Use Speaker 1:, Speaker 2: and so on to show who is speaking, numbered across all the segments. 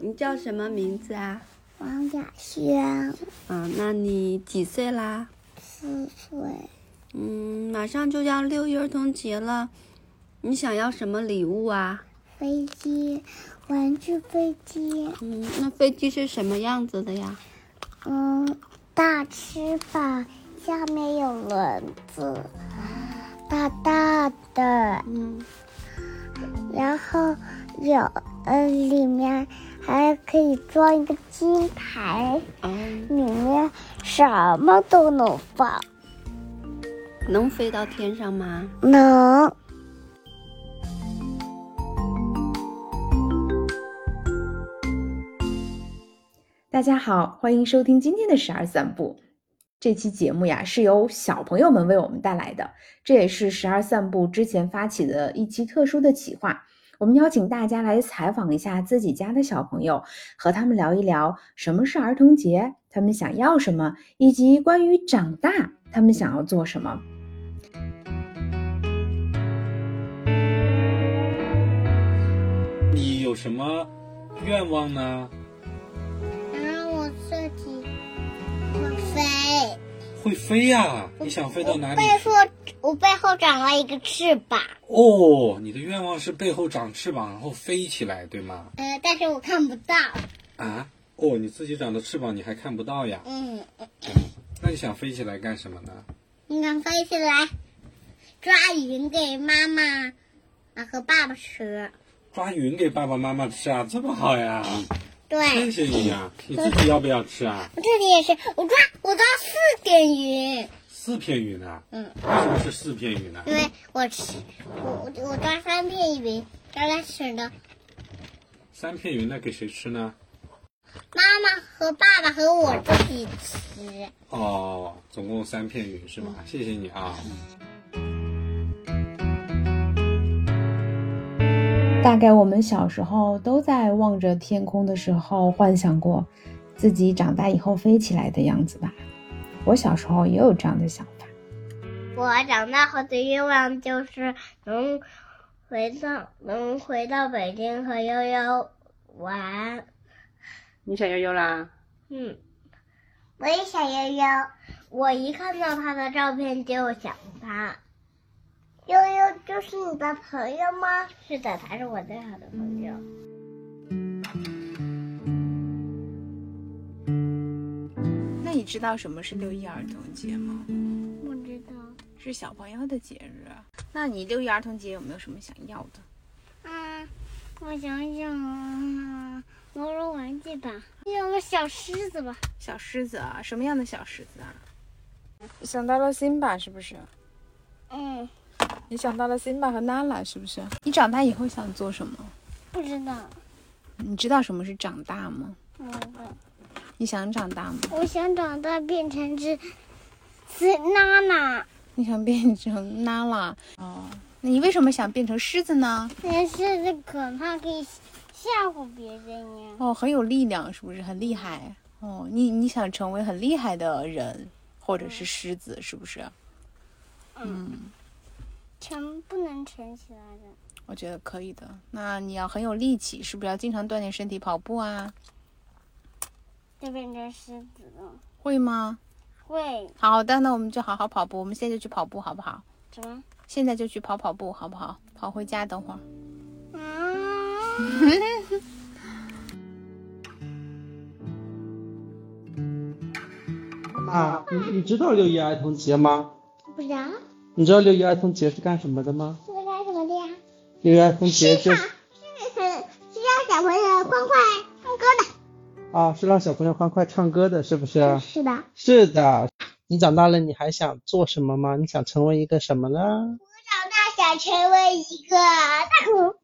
Speaker 1: 你叫什么名字啊？
Speaker 2: 王雅轩，
Speaker 1: 嗯，那你几岁啦？
Speaker 2: 四岁，
Speaker 1: 嗯，马上就要六一儿童节了，你想要什么礼物啊？
Speaker 2: 飞机，玩具飞机，
Speaker 1: 嗯，那飞机是什么样子的呀？
Speaker 2: 嗯，大翅膀下面有轮子，大大的，
Speaker 1: 嗯，
Speaker 2: 然后有，呃，里面还可以装一个金牌，
Speaker 1: 哦，
Speaker 2: 里面什么都能放，
Speaker 1: 能飞到天上吗？
Speaker 2: 能。
Speaker 3: 大家好，欢迎收听今天的十二散步。这期节目呀，是由小朋友们为我们带来的，这也是十二散步之前发起的一期特殊的企划。我们邀请大家来采访一下自己家的小朋友，和他们聊一聊什么是儿童节，他们想要什么，以及关于长大他们想要做什么。
Speaker 4: 你有什么愿望呢？
Speaker 2: 然后我自己会飞。
Speaker 4: 会飞呀、你想飞到哪里？
Speaker 2: 背后，我背后长了一个翅膀，
Speaker 4: 哦，你的愿望是背后长翅膀，然后飞起来，对吗？
Speaker 2: 呃，但是我看不到。
Speaker 4: 啊，哦，你自己长的翅膀你还看不到呀？
Speaker 2: 嗯，
Speaker 4: 那你想飞起来干什么呢？
Speaker 2: 你想飞起来，抓云给妈妈啊和爸爸吃。
Speaker 4: 抓云给爸爸妈妈吃啊，这么好呀！
Speaker 2: 对，
Speaker 4: 谢谢你呀、你自己要不要吃啊？
Speaker 2: 我这里也是，我抓我抓四点云，
Speaker 4: 四片云啊？
Speaker 2: 嗯，
Speaker 4: 为什么是四片云啊呢、
Speaker 2: 因为我吃我我我抓三片云，刚开始的
Speaker 4: 三片云那给谁吃呢？
Speaker 2: 妈妈和爸爸和我自己吃。
Speaker 4: 哦，总共三片云是吗？谢谢你啊。
Speaker 3: 大概我们小时候都在望着天空的时候，幻想过自己长大以后飞起来的样子吧。我小时候也有这样的想法。
Speaker 2: 我长大后的愿望就是能回到能回到北京和悠悠玩。
Speaker 5: 你想悠悠啦？
Speaker 2: 嗯，我也想悠悠。我一看到他的照片就想他。悠悠就是你的朋友吗？是的，他是我最好的朋友。
Speaker 6: 那你知道什么是六一儿童节吗？
Speaker 2: 不知道。
Speaker 6: 是小朋友的节日。啊那你六一儿童节有没有什么想要的？
Speaker 2: 嗯，我想想啊，毛绒玩具吧，要个小狮子吧。
Speaker 6: 小狮子啊，什么样的小狮子啊？
Speaker 7: 想到了辛巴是不是？
Speaker 2: 嗯，
Speaker 7: 你想到了辛巴和娜拉是不是？你长大以后想做什么？
Speaker 2: 不知道。
Speaker 6: 你知道什么是长大吗？
Speaker 2: 嗯。
Speaker 6: 你想长大吗？
Speaker 2: 我想长大变成只是娜娜，
Speaker 6: 你想变成娜拉？哦，那你为什么想变成狮子呢？
Speaker 2: 但是这可怕，可以吓唬别人呀。
Speaker 6: 哦，很有力量，是不是很厉害？哦，你你想成为很厉害的人，或者是狮子，是不是？嗯
Speaker 2: 成不能成起来的，
Speaker 6: 我觉得可以的。那你要很有力气，是不是要经常锻炼身体，跑步啊？
Speaker 2: 就变成狮子了。
Speaker 6: 会吗？
Speaker 2: 会
Speaker 6: 好的，那我们就好好跑步，我们现在就去跑步好不好？
Speaker 2: 什么？
Speaker 6: 现在就去跑跑步好不好？跑回家等会儿。
Speaker 2: 嗯，
Speaker 8: 啊，你你知道六一儿童节吗？
Speaker 2: 不然
Speaker 8: 你知道六一儿童节是干什么的吗？
Speaker 2: 是干什么的呀？
Speaker 8: 六一儿童节就是
Speaker 2: 是让小朋友欢快唱歌的。
Speaker 8: 啊，是让小朋友欢快唱歌的，是不是？
Speaker 2: 是的，
Speaker 8: 是的。你长大了，你还想做什么吗？你想成为一个什么呢？
Speaker 2: 长大想成为一个大恐龙，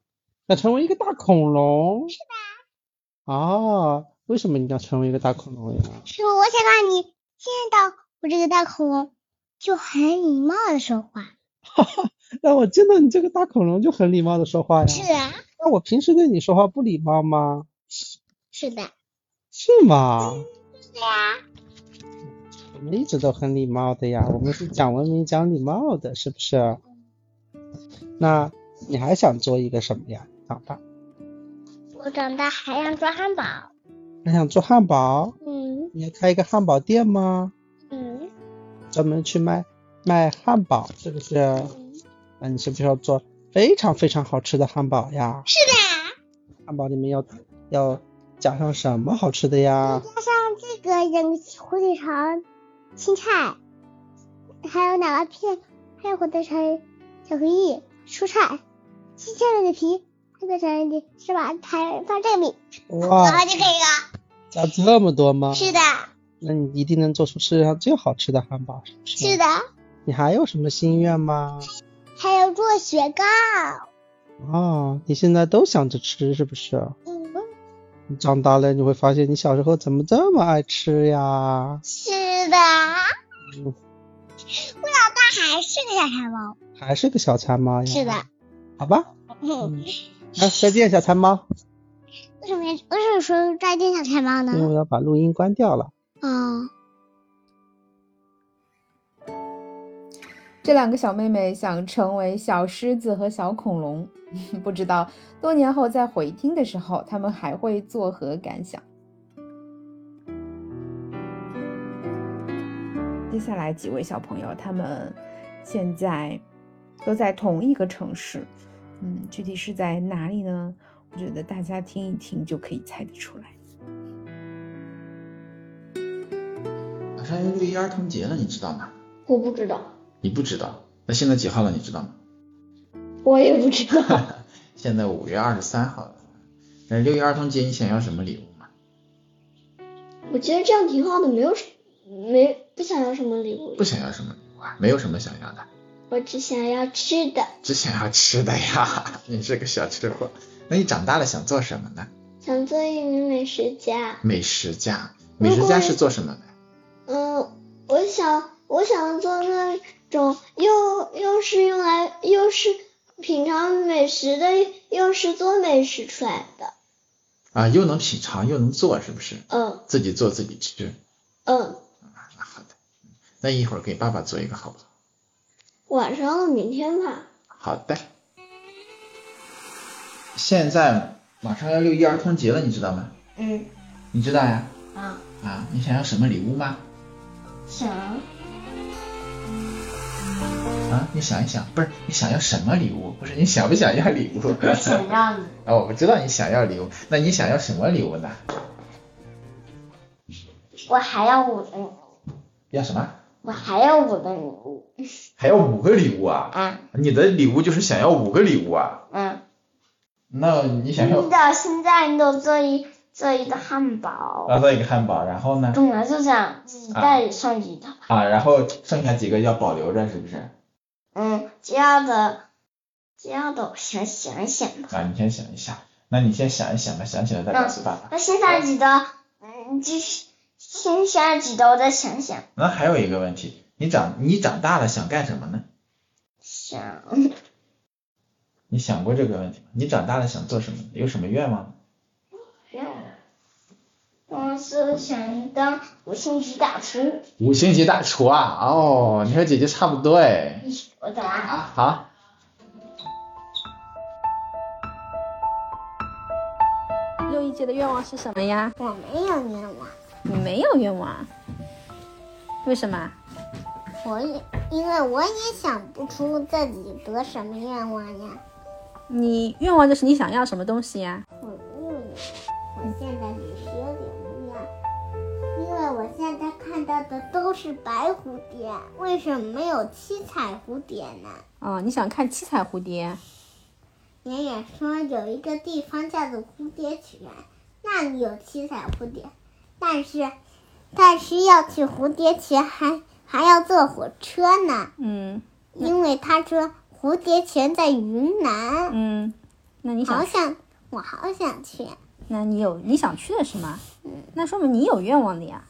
Speaker 8: 想成为一个大恐龙。是的。啊，为什么你要成为一个大恐龙呀？
Speaker 2: 是我想让你见到我这个大恐龙，就很礼貌的说话。
Speaker 8: 那我见到你这个大恐龙就很礼貌的说话呀。
Speaker 2: 是啊，
Speaker 8: 那我平时对你说话不礼貌吗？
Speaker 2: 是的，
Speaker 8: 是吗？
Speaker 2: 对呀、
Speaker 8: 我们一直都很礼貌的呀，我们是讲文明、讲礼貌的，是不是？那你还想做一个什么呀？长大，
Speaker 2: 我长大还想做汉堡。
Speaker 8: 还想做汉堡？
Speaker 2: 嗯
Speaker 8: 你要开一个汉堡店吗？
Speaker 2: 嗯
Speaker 8: 专门去卖卖汉堡，是不是？
Speaker 2: 嗯，
Speaker 8: 那你是不是要做非常非常好吃的汉堡呀？
Speaker 2: 是的，
Speaker 8: 汉堡里面要要加上什么好吃的呀？
Speaker 2: 加上这个两个火腿肠、青菜，还有哪个片，还有火腿肠、巧克力、蔬菜，切下来的皮，还有啥的，是吧？还放这个米，
Speaker 8: 哇，
Speaker 2: 就可以了。
Speaker 8: 加这么多吗？
Speaker 2: 是的，
Speaker 8: 那你一定能做出世界上最好吃的汉堡，是不是？
Speaker 2: 是的，
Speaker 8: 你还有什么心愿吗？
Speaker 2: 还有做雪糕。
Speaker 8: 哦，你现在都想着吃，是不是？
Speaker 2: 嗯，
Speaker 8: 你长大了你会发现，你小时候怎么这么爱吃呀？
Speaker 2: 是的，
Speaker 8: 嗯
Speaker 2: 我老大还是个小馋猫。
Speaker 8: 还是个小馋哎猫呀？
Speaker 2: 是的，，
Speaker 8: 好吧，
Speaker 2: 嗯
Speaker 8: 嗯，啊，再见，小馋猫。
Speaker 2: 为什么要为什么说再见小馋猫
Speaker 8: 因为
Speaker 2: 呢？
Speaker 8: 我要把录音关掉了。
Speaker 2: 嗯。
Speaker 3: 这两个小妹妹想成为小狮子和小恐龙， 不知道多年后再回听的时候，她们还会作何感想？接下来几位小朋友，他们现在都在同一个城市，嗯，具体是在哪里呢？我觉得大家听一听就可以猜得出来。
Speaker 9: 嗯
Speaker 10: 马上要六一儿童节了，你知道吗？
Speaker 9: 我不知道，
Speaker 10: 你不知道，那现在几号了？你知道吗？
Speaker 9: 我也不知道。
Speaker 10: 现在五月二十三号了。那六一儿童节你想要什么礼物吗？
Speaker 9: 我觉得这样挺好的，没有什没不想要什么礼物
Speaker 10: 不，想要什么礼物啊，没有什么想要的，
Speaker 9: 我只想要吃的，
Speaker 10: 只想要吃的呀。 你是个小吃货。那你长大了想做什么呢？
Speaker 9: 想做一名美食家。
Speaker 10: 美食家，美食家是做什么的？
Speaker 9: 嗯，我想我想做那种又又是用来又是品尝美食的，又是做美食出来的。
Speaker 10: 啊，又能品尝又能做，是不是？
Speaker 9: 嗯
Speaker 10: 自己做自己吃。
Speaker 9: 嗯，
Speaker 10: 啊，那好的。那一会儿给爸爸做一个好不好？
Speaker 9: 晚上了，明天吧。
Speaker 10: 好的。现在马上要六一儿童节了，你知道吗？
Speaker 9: 嗯
Speaker 10: 你知道呀？
Speaker 9: 啊，
Speaker 10: 啊，你想要什么礼物吗？
Speaker 9: 想
Speaker 10: 啊，你想一想，不是你想要什么礼物？不是你想不想要礼 物？
Speaker 9: 想让你
Speaker 10: 哦，我知道你想要礼物，那你想要什么礼物呢？
Speaker 9: 我还要我的
Speaker 10: 要什么？
Speaker 9: 我还要我的礼物
Speaker 10: 还要五个礼物啊？
Speaker 9: 啊
Speaker 10: 你的礼物就是想要五个礼物啊？
Speaker 9: 嗯。
Speaker 10: 那你想要
Speaker 9: 你到现在你都做一做一个汉堡，
Speaker 10: 要做一个汉堡，然后呢？
Speaker 9: 本来就想自己带上一个，
Speaker 10: 啊，然后剩下几个要保留着，是啊不是？
Speaker 9: 嗯，这样的这样的，我想想一想吧。
Speaker 10: 啊，你先想一下，那你先想一想吧，想起来再告诉爸爸。
Speaker 9: 那剩下几的，嗯，就是剩下几的我再想想
Speaker 10: 那还有一个问题，你长你长大了想干什么呢？
Speaker 9: 想，
Speaker 10: 你想过这个问题吗？你长大了想做什么？有什么愿望？
Speaker 9: 我是想当五星级大厨，
Speaker 10: 五星级大厨啊！哦，你和姐姐差不多哎。
Speaker 9: 我答案。
Speaker 10: 好。
Speaker 7: 六一节的愿望是什么呀？
Speaker 2: 我没有愿望，
Speaker 7: 你没有愿望，为什么？
Speaker 2: 我也因为我也想不出自己得什么愿望呀。
Speaker 7: 你愿望就是你想要什么东西呀？
Speaker 2: 我没有愿望，我现在只是有点无奈，因为我现在看到的都是白蝴蝶，为什么没有七彩蝴蝶呢？
Speaker 7: 哦，你想看七彩蝴蝶？
Speaker 2: 爷爷说有一个地方叫做蝴蝶泉，那里有七彩蝴蝶，但是但是要去蝴蝶泉还还要坐火车呢，
Speaker 7: 嗯
Speaker 2: 因为他说蝴蝶泉在云南。
Speaker 7: 嗯，那你
Speaker 2: 好
Speaker 7: 想，
Speaker 2: 想，我好想去。嗯
Speaker 7: 那你有你想去的是吗？那说明你有愿望的呀，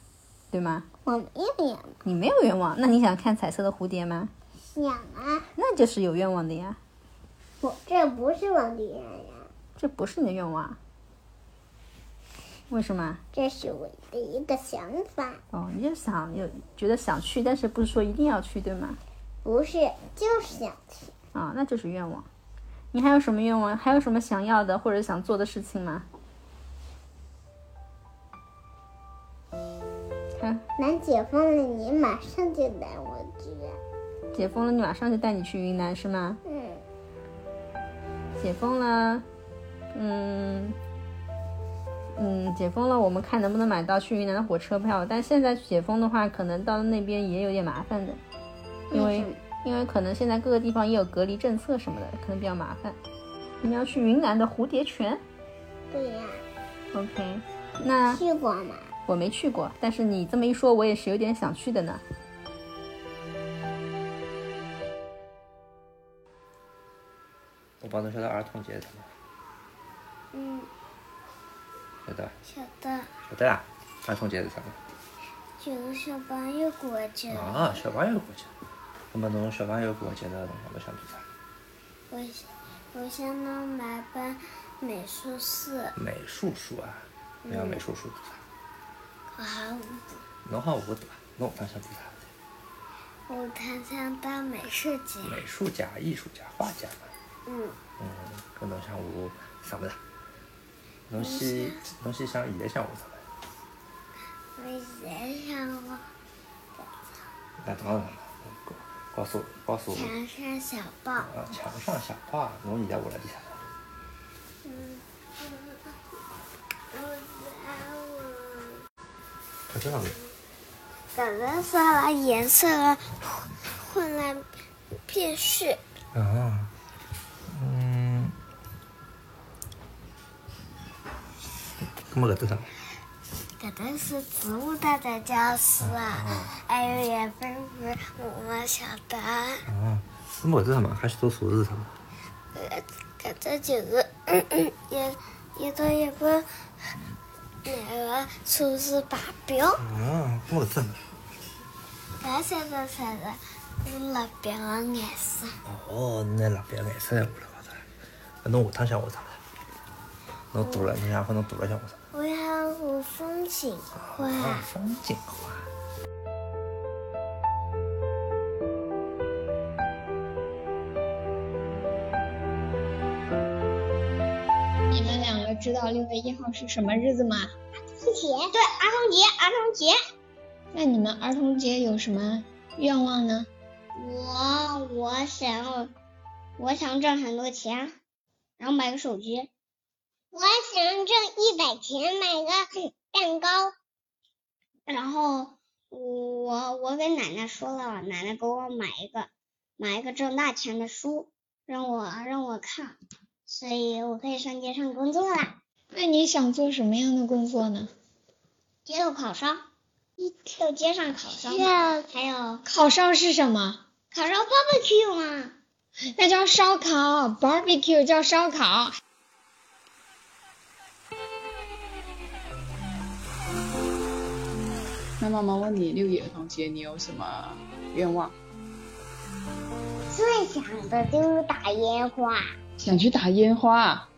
Speaker 7: 对吗？
Speaker 2: 我没有眼
Speaker 7: 你没有愿望，那你想看彩色的蝴蝶吗？
Speaker 2: 想啊，
Speaker 7: 那就是有愿望的呀，
Speaker 2: 我这不是我的愿望，
Speaker 7: 这不是你的愿望。为什么？
Speaker 2: 这是我的一个想法，
Speaker 7: 哦，你就想有觉得想去，但是不是说一定要去，对吗？
Speaker 2: 不是就是想去。
Speaker 7: 啊，那就是愿望。你还有什么愿望？还有什么想要的或者想做的事情吗？
Speaker 2: 南解封了，你马上就带我去。
Speaker 7: 解封了，你马上就带你去云南是吗？
Speaker 2: 嗯，
Speaker 7: 解封了，嗯嗯，解封了，我们看能不能买到去云南的火车票。但现在解封的话，可能到那边也有点麻烦的，因为因为可能现在各个地方也有隔离政策什么的，可能比较麻烦。你们要去云南的蝴蝶泉
Speaker 2: 对呀、
Speaker 7: ，OK？那
Speaker 2: 去过吗？
Speaker 7: 我没去过，但是你这么一说，我也是有点想去的呢。
Speaker 11: 我帮他说到儿童节去了，
Speaker 2: 嗯，
Speaker 11: 晓得
Speaker 2: 晓得。
Speaker 11: 晓得啊？儿童节是啥
Speaker 2: 就是小朋友过去
Speaker 11: 个？啊，小朋友过节。那么侬小朋友过节的辰光，侬想做啥？
Speaker 2: 我想我想能买本美术书，
Speaker 11: 美术书啊，侬要美术书做啥？
Speaker 2: 我还
Speaker 11: 侬好我对伐？侬下趟想做啥？
Speaker 2: 我常想当美术家。
Speaker 11: 美术家、艺术家、画家嘛。
Speaker 2: 嗯，
Speaker 11: 嗯，搿侬想画啥物事啊？侬先侬先想现在想画啥物事？
Speaker 2: 我也想我
Speaker 11: 那嗯当然了，告告诉告诉我。
Speaker 2: 墙上小报。
Speaker 11: 啊，墙上小画，侬现在画了点啥？
Speaker 2: 嗯，我
Speaker 11: 看这上面，
Speaker 2: 搞了色了颜色了，混了片饰。
Speaker 11: 啊，嗯，那么搿是啥？
Speaker 2: 可能是植物大的教室啊，还有也分为我们小的，
Speaker 11: 啊，那么搿是啥嘛？还是做数字啥嘛？
Speaker 2: 呃，可这几个嗯嗯也也都也不那个出示把表，
Speaker 11: 啊，那么搿是啥嘛？
Speaker 2: 白色的色的，用了表颜色，
Speaker 11: 哦，侬拿蜡笔颜色侪画了好啥？那侬下趟想画啥？侬大了，侬想看侬大了想画啥？
Speaker 2: 我要画风景画，
Speaker 11: 啊，风景画。
Speaker 12: 你们两个知道六月一号是什么日子吗？
Speaker 2: 谢谢。
Speaker 12: 对，儿童节，儿童节。那你们儿童节有什么愿望呢？
Speaker 2: 我我想我想挣很多钱，然后买个手机。我想挣一百钱买个蛋糕，然后我我给奶奶说了，奶奶给我买一个买一个挣大钱的书，让我让我看，所以我可以上街上工作啦。
Speaker 12: 那你想做什么样的工作呢？
Speaker 2: 街头烤烧，就街上烤烧
Speaker 12: 需
Speaker 2: 嘛，
Speaker 12: 要
Speaker 2: 还有
Speaker 12: 烤烧是什么？
Speaker 2: 烤烧 barbecue 嘛。
Speaker 12: 那叫烧烤，barbecue 叫烧烤。
Speaker 5: 那妈妈问你，六一儿童节你有什么愿望？
Speaker 2: 最想的就是打烟花，
Speaker 5: 想去打烟花，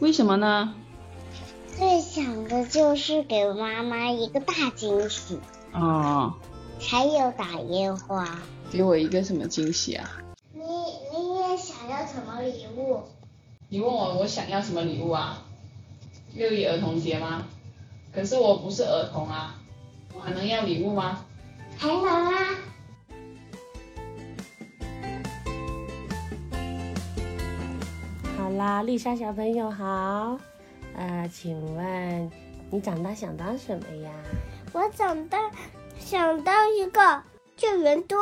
Speaker 5: 为什么呢？
Speaker 2: 最想的就是给妈妈一个大惊喜，
Speaker 5: 哦，
Speaker 2: 才有打烟花。
Speaker 5: 给我一个什么惊喜啊？
Speaker 2: 你你也想要什么礼物？
Speaker 5: 你问我我想要什么礼物啊？六一儿童节吗？可是我不是儿童啊，我还能要礼物吗？
Speaker 2: 还能啊，
Speaker 13: 好啦，丽莎小朋友好，呃，请问你长大想当什么呀？
Speaker 2: 我长大想当一个救援队，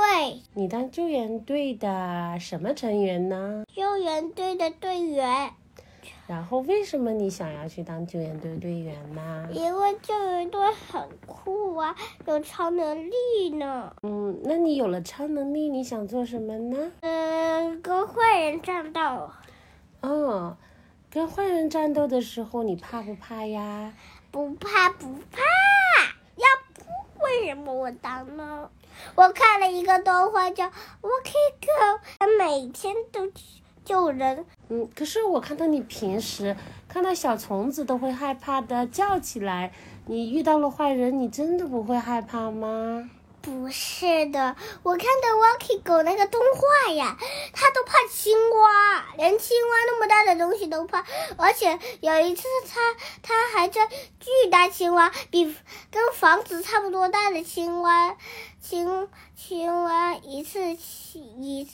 Speaker 13: 你当救援队的什么成员呢？
Speaker 2: 救援队的队员，
Speaker 13: 然后为什么你想要去当救援队队员呢？
Speaker 2: 因为救援队很酷啊，有超能力呢。
Speaker 13: 嗯，那你有了超能力，你想做什么呢？
Speaker 2: 嗯，跟坏人战斗
Speaker 13: 哦，跟坏人战斗的时候，你怕不怕呀？
Speaker 2: 不怕不怕，要不为什么我当呢？我看了一个动画叫《我可以看》，每天都去救人，
Speaker 13: 嗯，可是我看到你平时看到小虫子都会害怕的叫起来，你遇到了坏人，你真的不会害怕吗？
Speaker 2: 不是的，我看到 Rocky 狗那个动画呀，它都怕青蛙，连青蛙那么大的东西都怕。而且有一次它，它还在巨大青蛙，比跟房子差不多大的青蛙，青青蛙一次一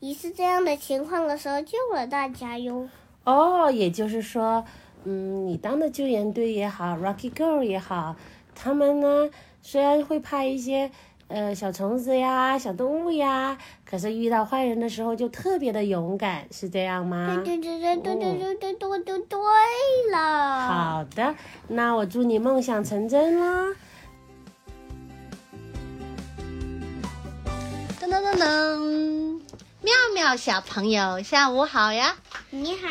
Speaker 2: 一次这样的情况的时候救了大家哟。
Speaker 13: 哦，也就是说，嗯，你当的救援队也好，Rocky Girl 也好，他们呢虽然会怕一些呃小虫子呀、小动物呀，可是遇到坏人的时候就特别的勇敢，是这样吗？
Speaker 2: 对对对对
Speaker 13: 哦
Speaker 2: 对对对对对对对了。
Speaker 13: 好的，那我祝你梦想成真啦！
Speaker 14: 噔噔噔噔，妙妙小朋友，下午好呀！
Speaker 2: 你好，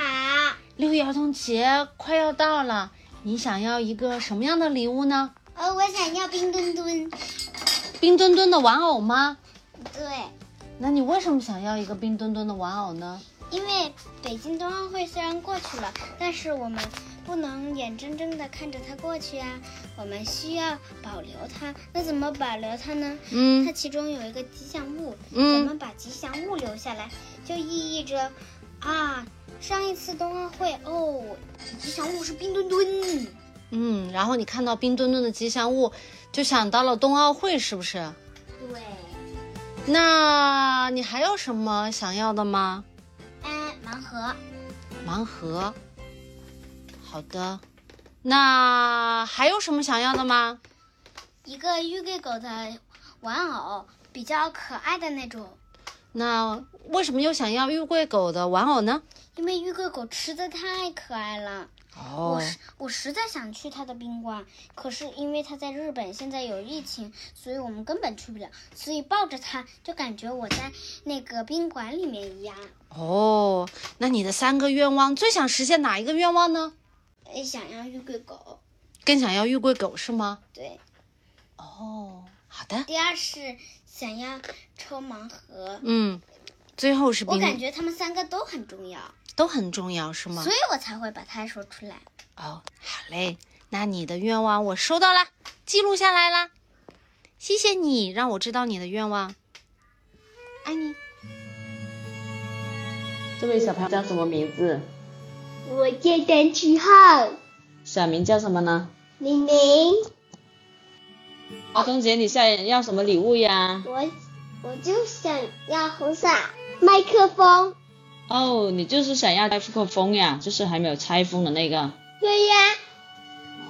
Speaker 14: 六一儿童节快要到了，你想要一个什么样的礼物呢？
Speaker 2: 呃，我想要冰墩墩。
Speaker 14: 冰墩墩的玩偶吗？
Speaker 2: 对，
Speaker 14: 那你为什么想要一个冰墩墩的玩偶呢？
Speaker 15: 因为北京冬奥会虽然过去了，但是我们不能眼睁睁的看着它过去啊，我们需要保留它。那怎么保留它呢？
Speaker 14: 嗯
Speaker 15: 它其中有一个吉祥物，
Speaker 14: 嗯
Speaker 15: 咱们把吉祥物留下来，就意义着啊，上一次冬奥会哦，吉祥物是冰墩墩。
Speaker 14: 嗯，然后你看到冰墩墩的吉祥物，就想到了冬奥会，是不是？
Speaker 15: 对，
Speaker 14: 那你还有什么想要的吗？
Speaker 15: 嗯，盲盒，
Speaker 14: 盲盒。好的，那还有什么想要的吗？
Speaker 15: 一个玉给狗的玩偶，比较可爱的那种。
Speaker 14: 那为什么又想要玉桂狗的玩偶呢？
Speaker 15: 因为玉桂狗吃的太可爱了，
Speaker 14: 哦
Speaker 15: 我实我实在想去它的宾馆，可是因为它在日本现在有疫情，所以我们根本去不了，所以抱着它就感觉我在那个宾馆里面一样。
Speaker 14: 哦，那你的三个愿望最想实现哪一个愿望呢？
Speaker 15: 也想要玉桂狗，
Speaker 14: 更想要玉桂狗是吗？
Speaker 15: 对。
Speaker 14: 哦，好的。
Speaker 15: 第二是想要抽盲盒，，
Speaker 14: 嗯，最后是
Speaker 15: 我
Speaker 14: 冰，
Speaker 15: 感觉他们三个都很重要，
Speaker 14: 都很重要是吗
Speaker 15: 所以？我才会把它说出来。
Speaker 14: 哦，好嘞，那你的愿望我收到啦，记录下来啦，谢谢你让我知道你的愿望，爱你。
Speaker 16: 这位小朋友叫什么名字？
Speaker 9: 我叫张志浩，
Speaker 16: 小名叫什么呢？
Speaker 9: 玲玲，
Speaker 16: 儿童节你想要什么礼物呀？
Speaker 9: 我我就想要红伞、麦克风。
Speaker 16: 哦，你就是想要麦克风呀，就是还没有拆封的那个。
Speaker 9: 对呀，
Speaker 16: 哦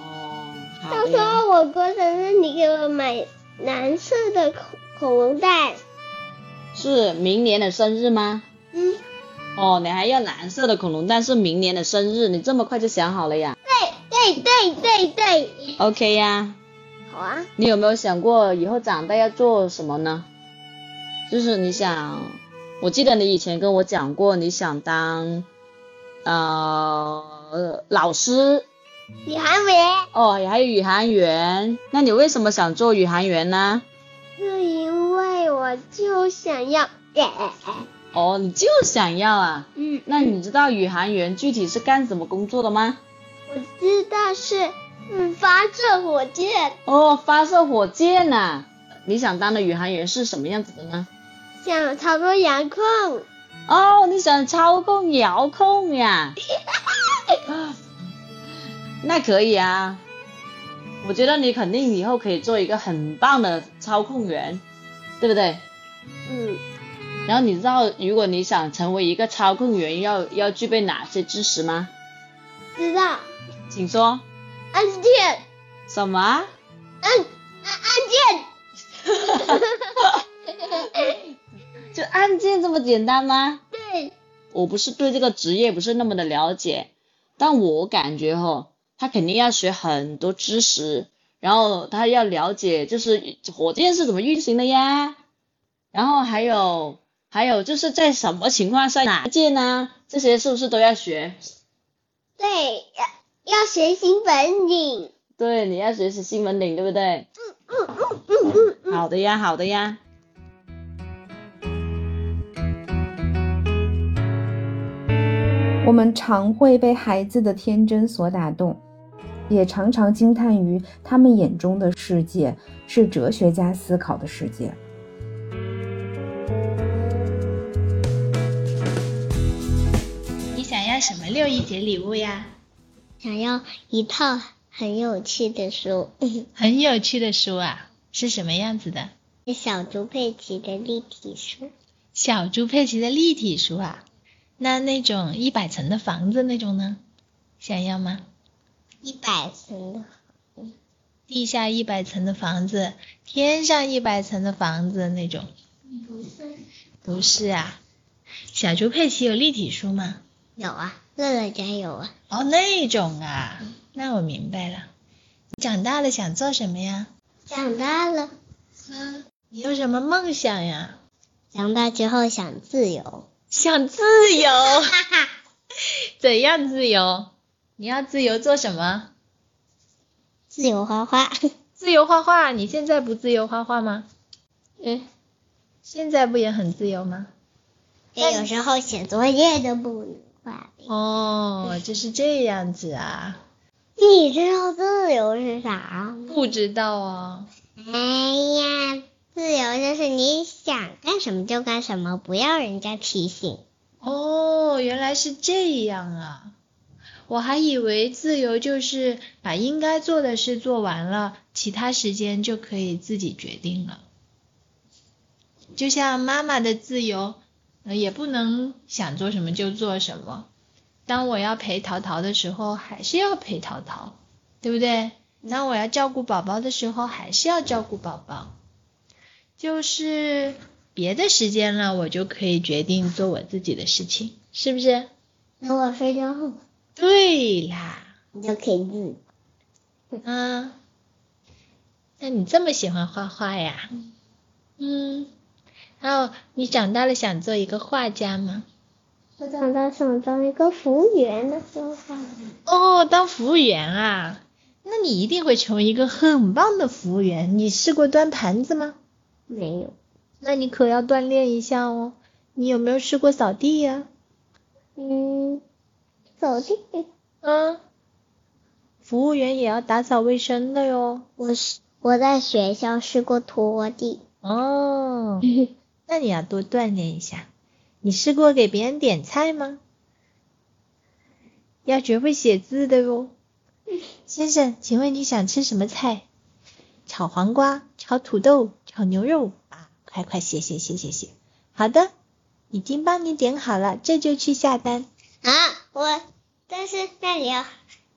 Speaker 16: 好
Speaker 9: 到
Speaker 16: 的
Speaker 9: 时
Speaker 16: 呀
Speaker 9: 候我过生日，你给我买蓝色的恐恐龙蛋。
Speaker 16: 是明年的生日吗？
Speaker 9: 嗯，
Speaker 16: 哦，你还要蓝色的恐龙蛋是明年的生日，你这么快就想好了呀
Speaker 9: 对对对对对，
Speaker 16: ？OK 呀，
Speaker 9: 好啊。
Speaker 16: 你有没有想过以后长大要做什么呢？就是你想，我记得你以前跟我讲过，你想当呃老师。
Speaker 9: 宇航员。
Speaker 16: 哦，还有宇航员，那你为什么想做宇航员呢？
Speaker 9: 是因为我就想要给，
Speaker 16: 哦，你就想要啊。
Speaker 9: 嗯，
Speaker 16: 那你知道宇航员具体是干什么工作的吗？
Speaker 9: 我知道是嗯发射火箭，
Speaker 16: 哦，发射火箭呐、啊你想当的宇航员是什么样子的呢？
Speaker 9: 想操作遥控。
Speaker 16: 哦，你想操控遥控 呀？那可以啊，我觉得你肯定以后可以做一个很棒的操控员，对不对？
Speaker 9: 嗯，
Speaker 16: 然后你知道，如果你想成为一个操控员，要要具备哪些知识吗？
Speaker 9: 知道。
Speaker 16: 请说。
Speaker 9: 按键。
Speaker 16: 什么？
Speaker 9: 按按按键。
Speaker 16: 就按键这么简单
Speaker 17: 啊
Speaker 16: 吗？
Speaker 9: 对，
Speaker 16: 我不是对这个职业不是那么的了解，但我感觉哈，他肯定要学很多知识，然后他要了解就是火箭是怎么运行的呀，然后还有还有就是在什么情况下拿箭啊，这些是不是都要学？
Speaker 9: 对，要要学习本领。
Speaker 16: 对，你要学习新本领，对不对？
Speaker 9: 嗯嗯嗯嗯。
Speaker 16: 好的呀，好的呀。
Speaker 3: 我们常会被孩子的天真所打动，也常常惊叹于他们眼中的世界是哲学家思考的世界。
Speaker 12: 你想要什么六一节礼物呀？
Speaker 9: 想要一套很有趣的 书，
Speaker 12: 很有趣的书啊，是什么样子的？
Speaker 9: 是小猪佩奇的立体书，
Speaker 12: 小猪佩奇的立体书啊？那那种一百层的房子那种呢？想要吗？
Speaker 9: 一百层的。
Speaker 12: 地下一百层的房子，天上一百层的房子那种？
Speaker 9: 不是，
Speaker 12: 不是啊。小猪佩奇有立体书吗？
Speaker 9: 有啊，乐乐家有啊。嗯
Speaker 12: 哦，那种啊，那我明白了。你长大了想做什么呀？
Speaker 9: 长大了，
Speaker 12: 嗯，你有什么梦想呀？
Speaker 9: 长大之后想自由，
Speaker 12: 想自 由，怎样自由？你要自由做什么？
Speaker 9: 自由画画。
Speaker 12: 自由画画，你现在不自由画画吗？
Speaker 9: 嗯，
Speaker 12: 现在不也很自由吗？
Speaker 9: 这有时候写作业都不能画。
Speaker 12: 哦，就是这样子啊，
Speaker 9: 你知道自由是啥吗？
Speaker 12: 不知道
Speaker 16: 哦
Speaker 12: 啊。
Speaker 9: 哎呀，自由就是你想干什么就干什么，不要人家提醒。
Speaker 12: 哦，原来是这样啊！我还以为自由就是把应该做的事做完了，其他时间就可以自己决定了。就像妈妈的自由，呃也不能想做什么就做什么。当我要陪淘淘的时候，还是要陪淘淘，对不对？当我要照顾宝宝的时候，还是要照顾宝宝。就是别的时间了，我就可以决定做我自己的事情，是不是？
Speaker 9: 等我睡觉后，
Speaker 12: 对啦，
Speaker 9: 你就可以自由。
Speaker 12: 嗯，那你这么喜欢画画呀？嗯，然后你长大了想做一个画家吗？
Speaker 9: 我长大想当一个服务员的时候画的，
Speaker 12: 哦，当服务员啊？那你一定会成为一个很棒的服务员。你试过端盘子吗？
Speaker 9: 没有，
Speaker 12: 那你可要锻炼一下哦。你有没有试过扫地呀、
Speaker 9: 嗯，扫地，
Speaker 12: 嗯，服务员也要打扫卫生的哟。
Speaker 9: 我是我在学校试过拖地，
Speaker 12: 哦，那你要多锻炼一下。你试过给别人点菜吗？要学会写字的哟。 先生，请问你想吃什么菜？炒黄瓜、炒土豆、炒牛肉啊！快快写写写写写。好的，已经帮你点好了，这就去下单。
Speaker 9: 啊，我但是那里要，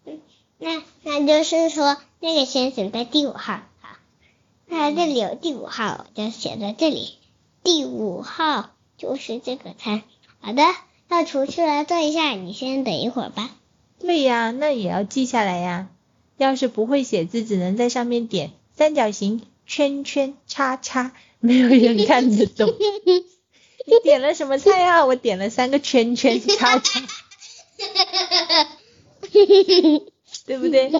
Speaker 9: 嗯那那就是说那个先生在第五号啊，那这里有第五号，我就写在这里，第五号就是这个餐。好的，让厨师来做一下，你先等一会儿吧。
Speaker 12: 对呀，那也要记下来呀。要是不会写字，只能在上面点三角形、圈圈、叉叉，没有人看 得懂。你点了什么菜啊？我点了三个圈圈、叉叉，对不对？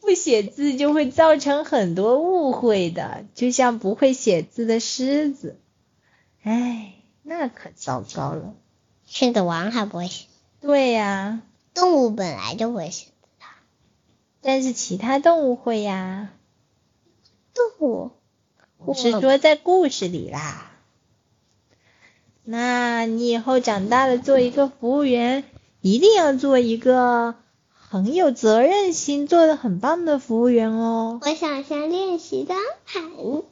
Speaker 12: 不写字就会造成很多误会的，就像不会写字的狮子。哎，那可糟糕了。
Speaker 9: 狮子王还不会写，
Speaker 12: 对呀、
Speaker 9: 动物本来就不会写，
Speaker 12: 但是其他动物会呀。
Speaker 9: 动物
Speaker 12: 我是说在故事里啦。那你以后长大了做一个服务员，一定要做一个很有责任心、做的很棒的服务员哦。
Speaker 9: 我想先练习当盘子。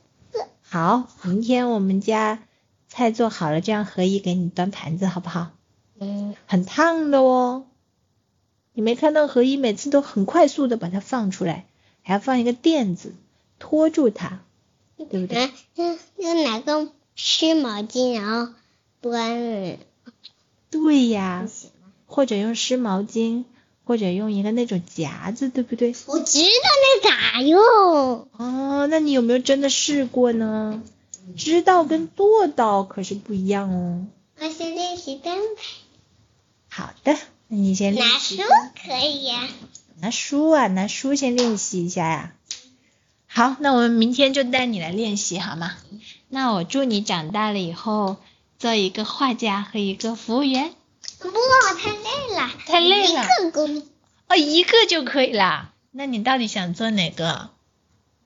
Speaker 12: 好，明天我们家菜做好了，这样何姨给你端盘子好不好？
Speaker 9: 嗯，
Speaker 12: 很烫的哦。你没看到何一每次都很快速的把它放出来，还要放一个垫子托住它，对不对？
Speaker 9: 拿用用拿个湿毛巾，然后端了。
Speaker 12: 对呀，或者用湿毛巾，或者用一个那种夹子，对不对？
Speaker 9: 我知道那咋用。
Speaker 12: 哦，那你有没有真的试过呢？知道跟做到可是不一样哦。
Speaker 9: 我先练习当
Speaker 12: 好的，那你先练
Speaker 9: 拿
Speaker 12: 习
Speaker 9: 书可以呀、
Speaker 12: 拿书啊，拿书先练习一下呀。好，那我们明天就带你来练习好吗？那我祝你长大了以后做一个画家和一个服务员。
Speaker 9: 不过我太累了，
Speaker 12: 太累了
Speaker 9: 一个工
Speaker 12: 哦，一个就可以啦。那你到底想做哪个？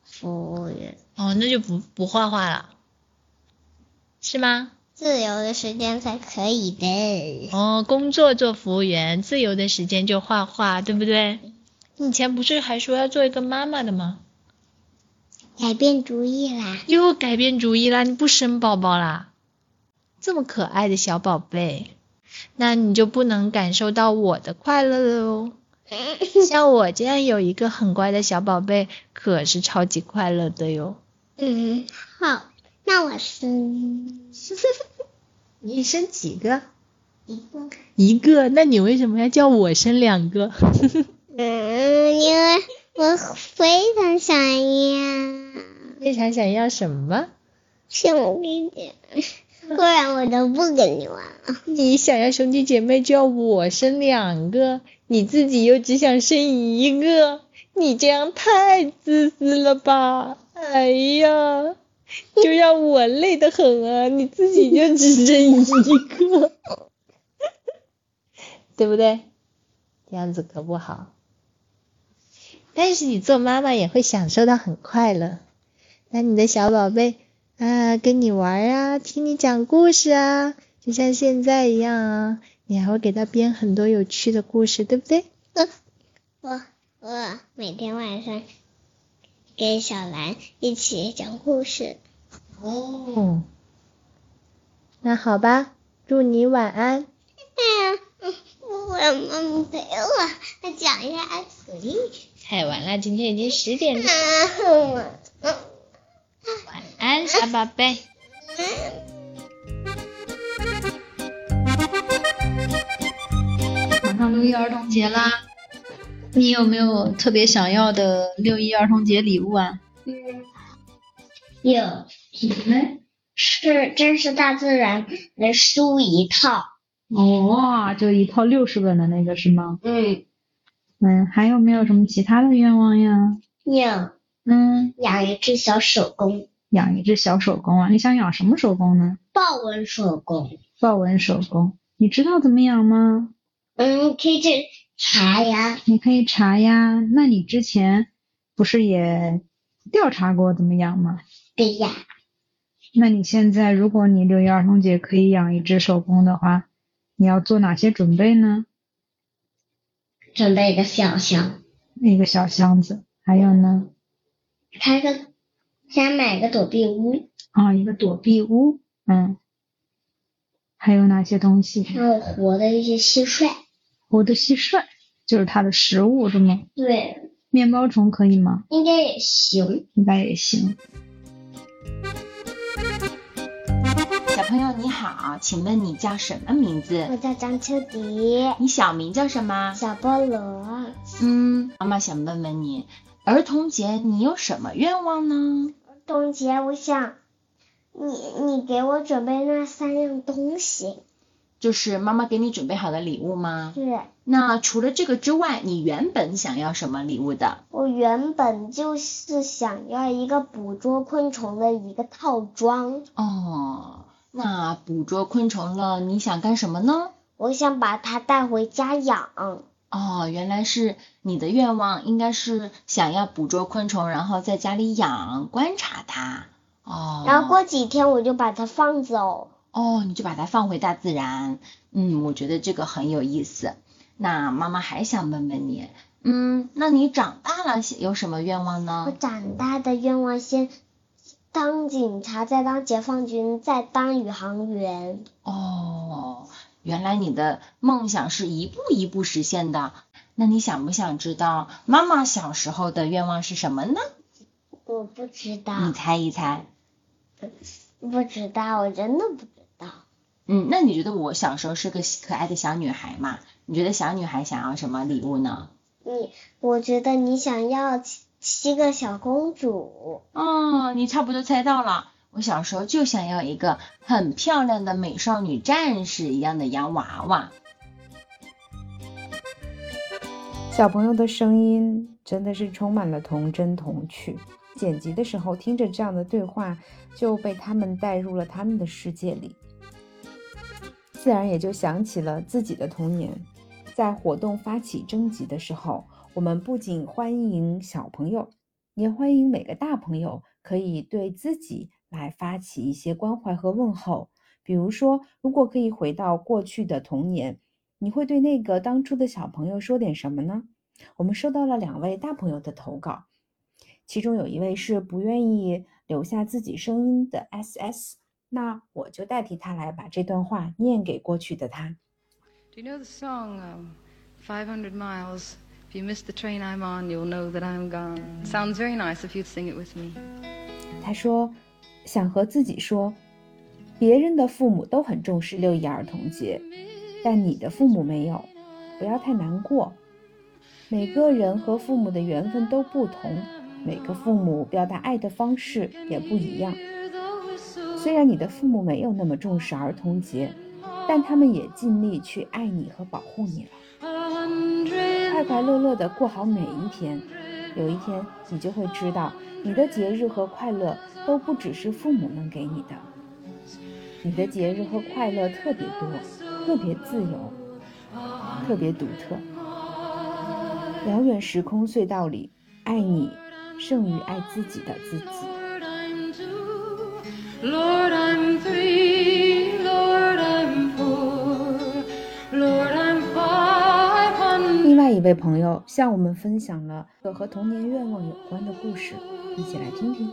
Speaker 9: 服务员，
Speaker 12: 哦，那就不不画画了，是吗？
Speaker 9: 自由的时间才可以的。
Speaker 12: 哦，工作做服务员，自由的时间就画画，对不对？你以前不是还说要做一个妈妈的吗？
Speaker 9: 改变主意啦，
Speaker 12: 又改变主意啦，你不生宝宝啦？这么可爱的小宝贝，那你就不能感受到我的快乐 喽。像我这样有一个很乖的小宝贝，可是超级快乐的哟。
Speaker 9: 嗯，好，那我生
Speaker 12: 你生几个？
Speaker 9: 一个，
Speaker 12: 一个，那你为什么要叫我生两个？
Speaker 9: 嗯，因为我非常想要
Speaker 12: 非常想要什么？
Speaker 9: 兄弟姐妹，不然我都不跟你玩了。
Speaker 12: 你想要兄弟姐妹就要我生两个，你自己又只想生一个，你这样太自私了吧？哎呀，就让我累得很啊！你自己就只生一个， 对不对？这样子可不好。但是你做妈妈也会享受到很快乐。那你的小宝贝啊，跟你玩啊，听你讲故事啊，就像现在一样啊，你还会给他编很多有趣的故事，对不对？啊
Speaker 9: 我我每天晚上跟小兰一起讲故事。
Speaker 12: 哦，那好吧，祝你晚安。
Speaker 9: 哎呀，嗯我妈妈陪我，我讲一下爱可丽。
Speaker 12: 太晚了，今天已经十点了，
Speaker 9: 啊，我
Speaker 12: 晚安，小宝贝。
Speaker 18: 马上六一儿童节啦，你有没有特别想要的六一儿童节礼物啊？
Speaker 2: 有
Speaker 18: 你们？
Speaker 2: 是真实大自然的书一套，
Speaker 18: 哦，就一套六十本的那个是吗？
Speaker 2: 嗯，
Speaker 18: 嗯，还有没有什么其他的愿望呀？
Speaker 2: 有
Speaker 18: 嗯，
Speaker 2: 养一只小手工，
Speaker 18: 养一只小手工啊，你想养什么手工呢？
Speaker 2: 豹纹手工，
Speaker 18: 豹纹手工，你知道怎么养吗？
Speaker 2: 嗯，可以去查呀，
Speaker 18: 你可以查呀。那你之前不是也调查过怎么养吗？
Speaker 2: 对呀，
Speaker 18: 那你现在如果你六一儿童节可以养一只手工的话，你要做哪些准备呢？
Speaker 2: 准备一个小箱，
Speaker 18: 一个小箱子，还有呢？
Speaker 2: 开个先买个躲避屋，
Speaker 18: 啊、一个躲避屋，嗯，还有哪些东西？
Speaker 2: 还有活的一些蟋蟀，
Speaker 18: 活的蟋蟀就是它的食物是吗？
Speaker 2: 对，
Speaker 18: 面包虫可以吗？
Speaker 2: 应该也行。
Speaker 18: 应该也行。
Speaker 19: 小朋友你好，请问你叫什么名
Speaker 2: 我
Speaker 19: 字？
Speaker 2: 叫张秋迪，
Speaker 19: 你小名叫什么？
Speaker 2: 小菠萝，
Speaker 19: 嗯，妈妈想问问你，儿童节你有什么愿望呢？
Speaker 2: 冬节我想你你给我准备那三样东西，
Speaker 19: 就是妈妈给你准备好的礼物吗？
Speaker 2: 是
Speaker 19: 那除了这个之外，你原本想要什么礼物的？
Speaker 2: 我原本就是想要一个捕捉昆虫的一个套装，
Speaker 19: 哦，那捕捉昆虫了，你想干什么呢？
Speaker 2: 我想把它带回家养。
Speaker 19: 哦，原来是你的愿望，应该是想要捕捉昆虫，然后在家里养，观察它。哦，
Speaker 2: 然后过几天我就把它放走。
Speaker 19: 哦，你就把它放回大自然。嗯，我觉得这个很有意思。那妈妈还想问问你，嗯，那你长大了有什么愿望
Speaker 2: 我
Speaker 19: 呢？
Speaker 2: 长大的愿望先当警察，再当解放军，再当宇航员。
Speaker 19: 哦，原来你的梦想是一步一步实现的。那你想不想知道妈妈小时候的愿望是什么呢？
Speaker 2: 我不知道，
Speaker 19: 你猜一猜。
Speaker 2: 不知道，我真的不知道。
Speaker 19: 嗯，那你觉得我小时候是个可爱的小女孩嘛？你觉得小女孩想要什么礼物呢？
Speaker 2: 你，我觉得你想要七七个小公主。
Speaker 19: 哦，你差不多猜到了。我小时候就想要一个很漂亮的美少女战士一样的洋娃娃。
Speaker 3: 小朋友的声音真的是充满了童真童趣。剪辑的时候听着这样的对话，就被他们带入了他们的世界里，自然也就想起了自己的童年。在活动发起征集的时候，我们不仅欢迎小朋友，也欢迎每个大朋友可以对自己来发起一些关怀和问候。比如说，如果可以回到过去的童年，你会对那个当初的小朋友说点什么呢？我们收到了两位大朋友的投稿，其中有一位是不愿意留下自己声音的 SS，那我就代替他来把这段话念给过去的他。
Speaker 20: Do you know the song, um, 500 Miles? If you miss the train I'm on, you'll know that I'm gone. Sounds very nice if you'd sing it with me.
Speaker 3: 他说，想和自己说，别人的父母都很重视六一儿童节，但你的父母没有，不要太难过。每个人和父母的缘分都不同，每个父母表达爱的方式也不一样。虽然你的父母没有那么重视儿童节，但他们也尽力去爱你和保护你了。快快乐乐的过好每一天，有一天你就会知道，你的节日和快乐都不只是父母能给你的。你的节日和快乐特别多，特别自由，特别独特。遥远时空隧道里，爱你胜于爱自己的自己。
Speaker 20: Lord, I'm three. Lord, I'm four. Lord, I'm five hundred.
Speaker 3: 另外一位朋友向我们分享了一个和童年愿望有关的故事，一起来听听。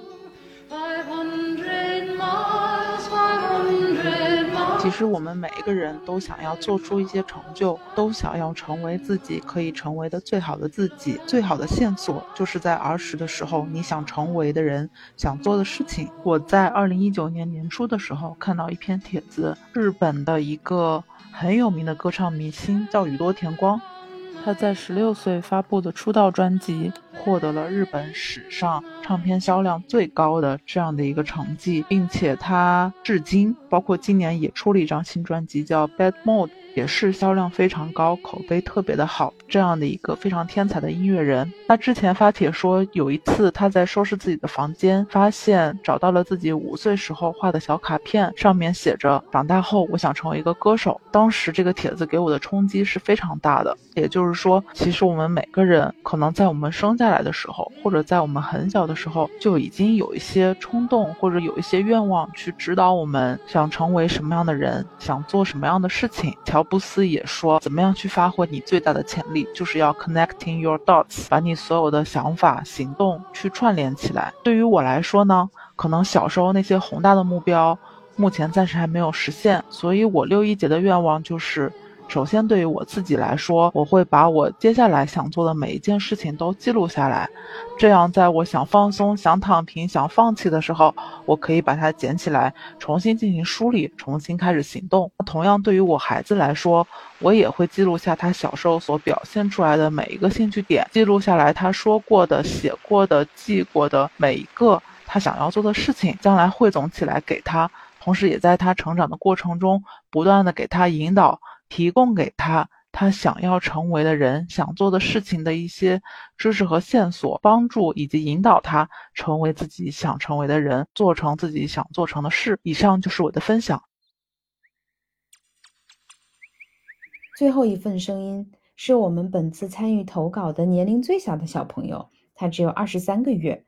Speaker 21: 其实我们每一个人都想要做出一些成就，都想要成为自己可以成为的最好的自己。最好的线索就是在儿时的时候，你想成为的人，想做的事情。我在二零一九年年初的时候看到一篇帖子，日本的一个很有名的歌唱明星叫宇多田光，他在十六岁发布的出道专辑获得了日本史上唱片销量最高的这样的一个成绩，并且他至今，包括今年也出了一张新专辑叫《Bad Mode》，也是销量非常高，口碑特别的好，这样的一个非常天才的音乐人。他之前发帖说，有一次他在收拾自己的房间，发现找到了自己五岁时候画的小卡片，上面写着“长大后我想成为一个歌手”。当时这个帖子给我的冲击是非常大的，也就是说，其实我们每个人可能在我们生下来的时候，或者在我们很小的时候，就已经有一些冲动或者有一些愿望去指导我们想成为什么样的人，想做什么样的事情。乔布斯也说，怎么样去发挥你最大的潜力，就是要 connecting your dots，把你所有的想法、行动去串联起来。对于我来说呢，可能小时候那些宏大的目标，目前暂时还没有实现，所以我六一节的愿望就是。首先，对于我自己来说，我会把我接下来想做的每一件事情都记录下来，这样在我想放松、想躺平、想放弃的时候，我可以把它捡起来，重新进行梳理，重新开始行动。同样，对于我孩子来说，我也会记录下他小时候所表现出来的每一个兴趣点，记录下来他说过的、写过的、记过的每一个他想要做的事情，将来汇总起来给他，同时也在他成长的过程中，不断的给他引导。提供给他他想要成为的人、想做的事情的一些知识和线索，帮助以及引导他成为自己想成为的人，做成自己想做成的事。以上就是我的分享。
Speaker 3: 最后一份声音是我们本次参与投稿的年龄最小的小朋友，他只有二十三个月。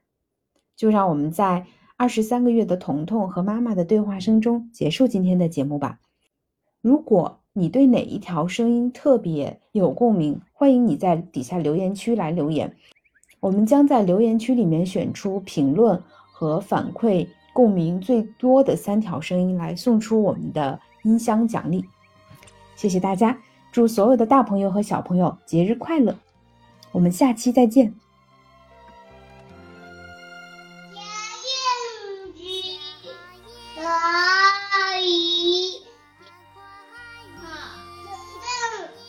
Speaker 3: 就让我们在二十三个月的彤彤和妈妈的对话声中结束今天的节目吧。如果你对哪一条声音特别有共鸣，欢迎你在底下留言区来留言，我们将在留言区里面选出评论和反馈共鸣最多的三条声音来送出我们的音箱奖励。谢谢大家，祝所有的大朋友和小朋友节日快乐！我们下期再见。
Speaker 2: 应机可以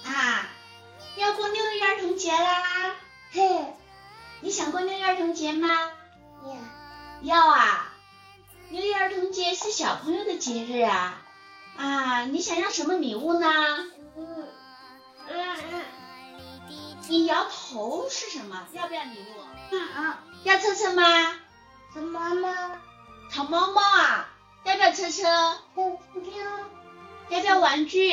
Speaker 17: 啊，要过六一儿童节啦！嘿，你想过六一儿童节吗？要啊！六一儿童节是小朋友的节日啊！啊，你想要什么礼物呢？嗯嗯你摇头是什么？要不要礼物？嗯嗯，要车车吗？什么呢？糖猫猫啊！要不要车车？要不要玩具？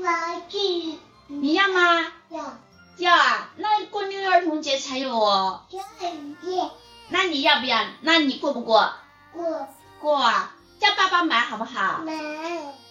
Speaker 2: 玩具。
Speaker 13: 你
Speaker 17: 你要吗？
Speaker 13: 要
Speaker 17: 要啊，那过六一儿童节才有哦。
Speaker 13: 要
Speaker 17: 那你要不要？那你过不过？
Speaker 13: 过
Speaker 17: 过啊，叫爸爸买好不好？
Speaker 13: 门。